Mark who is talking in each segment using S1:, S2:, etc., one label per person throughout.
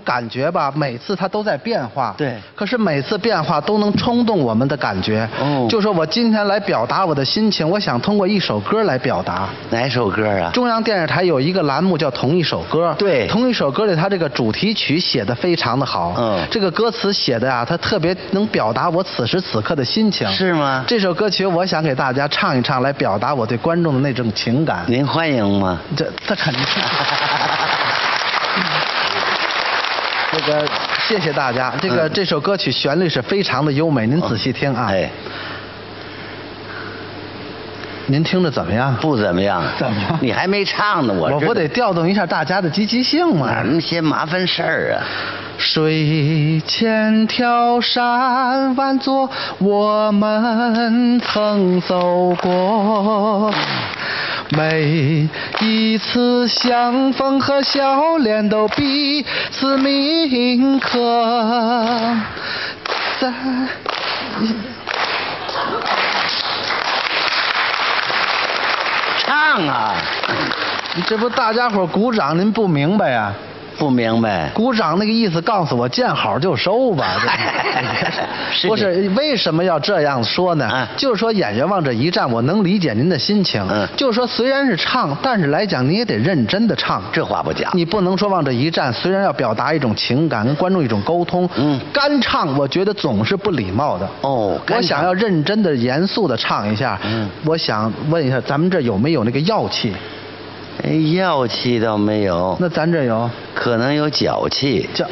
S1: 感觉吧，每次它都在变化。
S2: 对
S1: 可是每次变化都能冲动我们的感觉。
S2: 哦
S1: 就说我今天来表达我的心情，我想通过一首歌来表达。
S2: 哪首歌啊？
S1: 中央电视台有一个栏目叫《同一首歌》，
S2: 对
S1: 同一首歌里它这个主题曲写的非常的好，
S2: 嗯
S1: 这个歌词写的啊，它特别能表达我此时此刻的心情。
S2: 是吗
S1: 这首歌曲我想给大家唱一唱，来表达我对观众的那种情感。
S2: 您欢迎吗？
S1: 这这肯定。 嗯这个谢谢大家，这个、
S2: 嗯
S1: 这首歌曲旋律是非常的优美，您仔细听啊。
S2: 哎，
S1: 您听着怎么样？
S2: 不怎么样。
S1: 怎么样
S2: 你还没唱呢，我
S1: 我
S2: 知道
S1: 不得调动一下大家的积极性吗？
S2: 哪儿那些麻烦事儿啊？
S1: 水千条山万座，我们曾走过。每一次相逢和笑脸都彼此铭刻。在。
S2: 唱啊，
S1: 这不大家伙儿鼓掌，您不明白啊呀、
S2: 不明白。
S1: 鼓掌那个意思告诉我，见好就收吧。
S2: 是
S1: 不是为什么要这样说呢？
S2: 啊
S1: 就是说演员往这一站，我能理解您的心情。
S2: 嗯
S1: 就是说虽然是唱，但是来讲你也得认真的唱。
S2: 这话不假。
S1: 你不能说往这一站，虽然要表达一种情感，跟观众一种沟通，
S2: 嗯
S1: 干唱我觉得总是不礼貌的。
S2: 哦干唱
S1: 我想要认真的、严肃的唱一下。
S2: 嗯
S1: 我想问一下，咱们这有没有那个药气？
S2: 哎，药气倒没有，
S1: 那咱这有
S2: 可能有脚气。
S1: 叫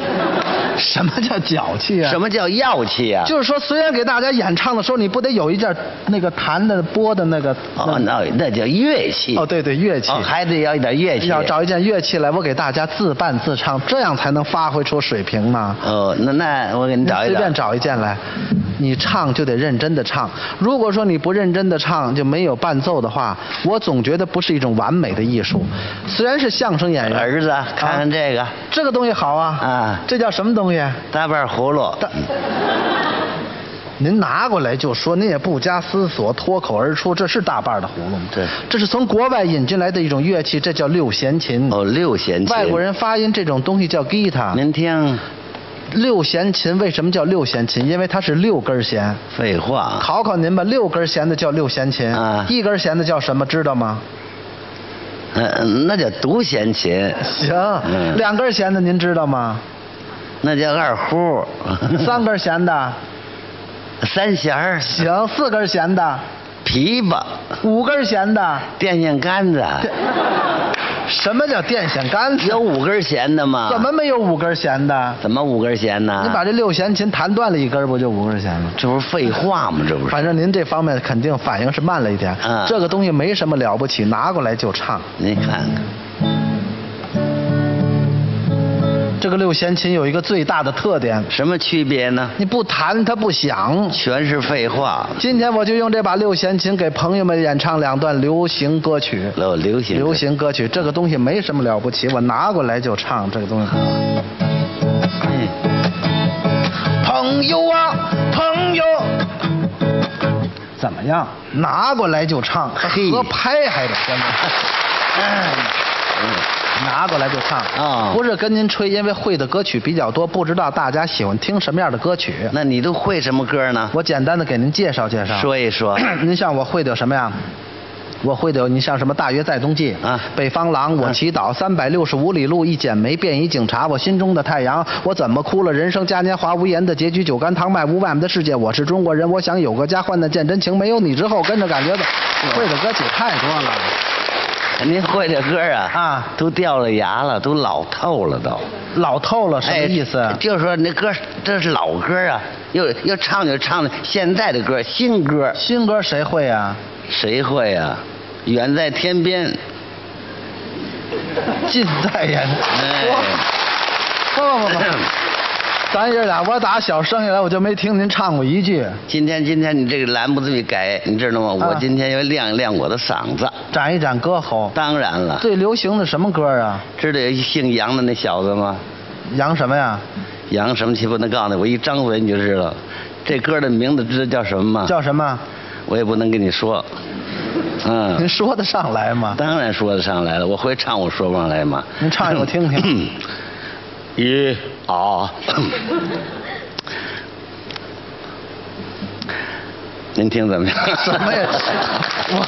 S1: 什么叫脚气啊？
S2: 什么叫药气啊？
S1: 就是说，虽然给大家演唱的时候，你不得有一件那个弹的、拨的那个
S2: 哦，那那叫乐器。
S1: 哦，对对，乐器，
S2: 哦，还得要一点乐器。
S1: 要找一件乐器来，我给大家自伴自唱，这样才能发挥出水平嘛。
S2: 哦，那那我给你
S1: 你
S2: 找一
S1: 随
S2: 找。
S1: 便找一件来，你唱就得认真的唱。如果说你不认真的唱，就没有伴奏的话，我总觉得不是一种完美的艺术。虽然是相声演员，
S2: 儿子，看
S1: 啊
S2: 看这个、
S1: 这个东西好啊，
S2: 啊
S1: 这叫什么东西？
S2: 大瓣葫芦。
S1: 您拿过来就说，您也不加思索，脱口而出，这是大瓣的葫芦吗？
S2: 对
S1: 这是从国外引进来的一种乐器，这叫六弦琴。
S2: 哦，六弦琴。
S1: 外国人发音这种东西叫 guitar。
S2: 您听，
S1: 六弦琴为什么叫六弦琴？因为它是六根弦。
S2: 废话，
S1: 考考您吧，六根弦的叫六弦琴，
S2: 啊
S1: 一根弦的叫什么？知道吗？
S2: 嗯、那叫独弦琴，
S1: 行，
S2: 嗯
S1: 两根弦的您知道吗？
S2: 那叫二胡，
S1: 三根弦的，
S2: 三弦儿，
S1: 行，四根弦的，
S2: 琵琶，
S1: 五根弦的，
S2: 电线杆子，
S1: 什么叫电线杆子？
S2: 有五根弦的吗？
S1: 怎么没有五根弦的？
S2: 怎么五根弦呢？
S1: 你把这六弦琴弹断了一根，不就五根弦吗？
S2: 这不是废话吗？这不是？
S1: 反正您这方面肯定反应是慢了一点。
S2: 嗯
S1: 这个东西没什么了不起，拿过来就唱。
S2: 您看看，
S1: 这个六弦琴有一个最大的特点，
S2: 什么区别呢？
S1: 你不弹它不响。
S2: 全是废话。
S1: 今天我就用这把六弦琴给朋友们演唱两段流行歌曲。
S2: 哦，流行
S1: 流行歌曲这个东西没什么了不起，我拿过来就唱这个东西。
S2: 嗯，
S1: 朋友啊，朋友，怎么样？拿过来就唱，
S2: 嘿
S1: 合拍还得真 的。哎嗯拿过来就唱
S2: 啊
S1: 不是跟您吹，因为会的歌曲比较多，不知道大家喜欢听什么样的歌曲。
S2: 那你都会什么歌呢？
S1: 我简单的给您介绍介绍。
S2: 说一说。
S1: 您像我会的有什么呀？我会的有您像什么《大约在冬季》
S2: 啊
S1: 北方狼》，我祈祷，三百六十五里路，一剪梅，便衣警察，我心中的太阳，我怎么哭了？人生嘉年华，无言的结局，酒干倘卖无外面的世界，我是中国人，我想有个家，患难见真情，没有你之后，跟着感觉的，会的歌曲太多了。
S2: 您会这歌啊？
S1: 啊
S2: 都掉了牙了，都老透了都。
S1: 老透了什么意思？啊
S2: 哎就是说那歌这是老歌啊，又又唱就唱现在的歌，新歌
S1: 新歌谁会啊？
S2: 谁会啊？远在天边。
S1: 近代演。
S2: 哎
S1: 哇不不不不， 咱爷俩，我打小生下来我就没听您唱过一句，
S2: 今天今天你这个栏目这么一改，你知道吗？
S1: 啊
S2: 我今天要亮一亮我的嗓子。
S1: 展一展歌喉。
S2: 当然了，
S1: 最流行的什么歌啊？
S2: 知道有一姓杨的那小子吗？
S1: 杨什么呀？
S2: 杨什么气不能告诉你，我一张嘴你就知道。这歌的名字知道叫什么吗？
S1: 叫什么？
S2: 我也不能跟你说。嗯。
S1: 您说得上来吗？
S2: 当然说得上来了，我会唱我说不上来嘛。
S1: 您唱一个我听听。
S2: 一啊， 您听怎么样？
S1: 什么 呀？我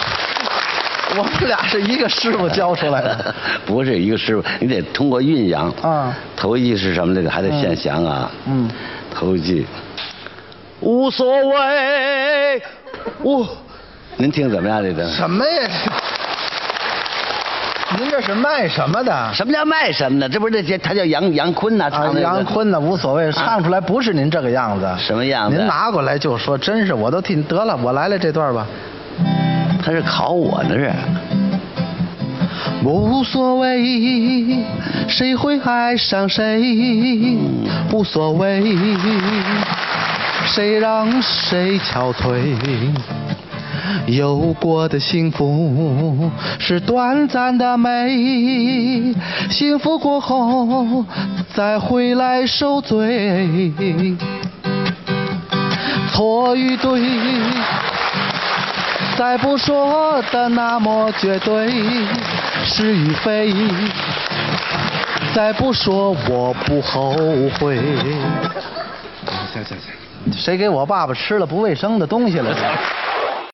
S1: 我们俩是一个师傅教出来的。
S2: 不是一个师傅，你得通过酝酿。
S1: 嗯
S2: 头一句是什么？这个还得现想啊。
S1: 嗯嗯
S2: 头一句，无所谓，无。您听怎么样？这个
S1: 什么呀？您这是卖什么的？
S2: 什么叫卖什么呢？这不是这些，他叫杨杨坤呐、
S1: 啊
S2: 唱，的、
S1: 杨坤呢？无所谓，唱出来不是您这个样子。
S2: 什么样子啊
S1: 您拿过来就说，真是我都替你得了，我来了这段吧。
S2: 他是考我呢是。
S1: 无所谓，谁会爱上谁？无所谓，谁让谁憔悴？有过的幸福是短暂的美，幸福过后再回来受罪。错与对，再不说的那么绝对，是与非，再不说我不后悔。行行行，谁给我爸爸吃了不卫生的东西了？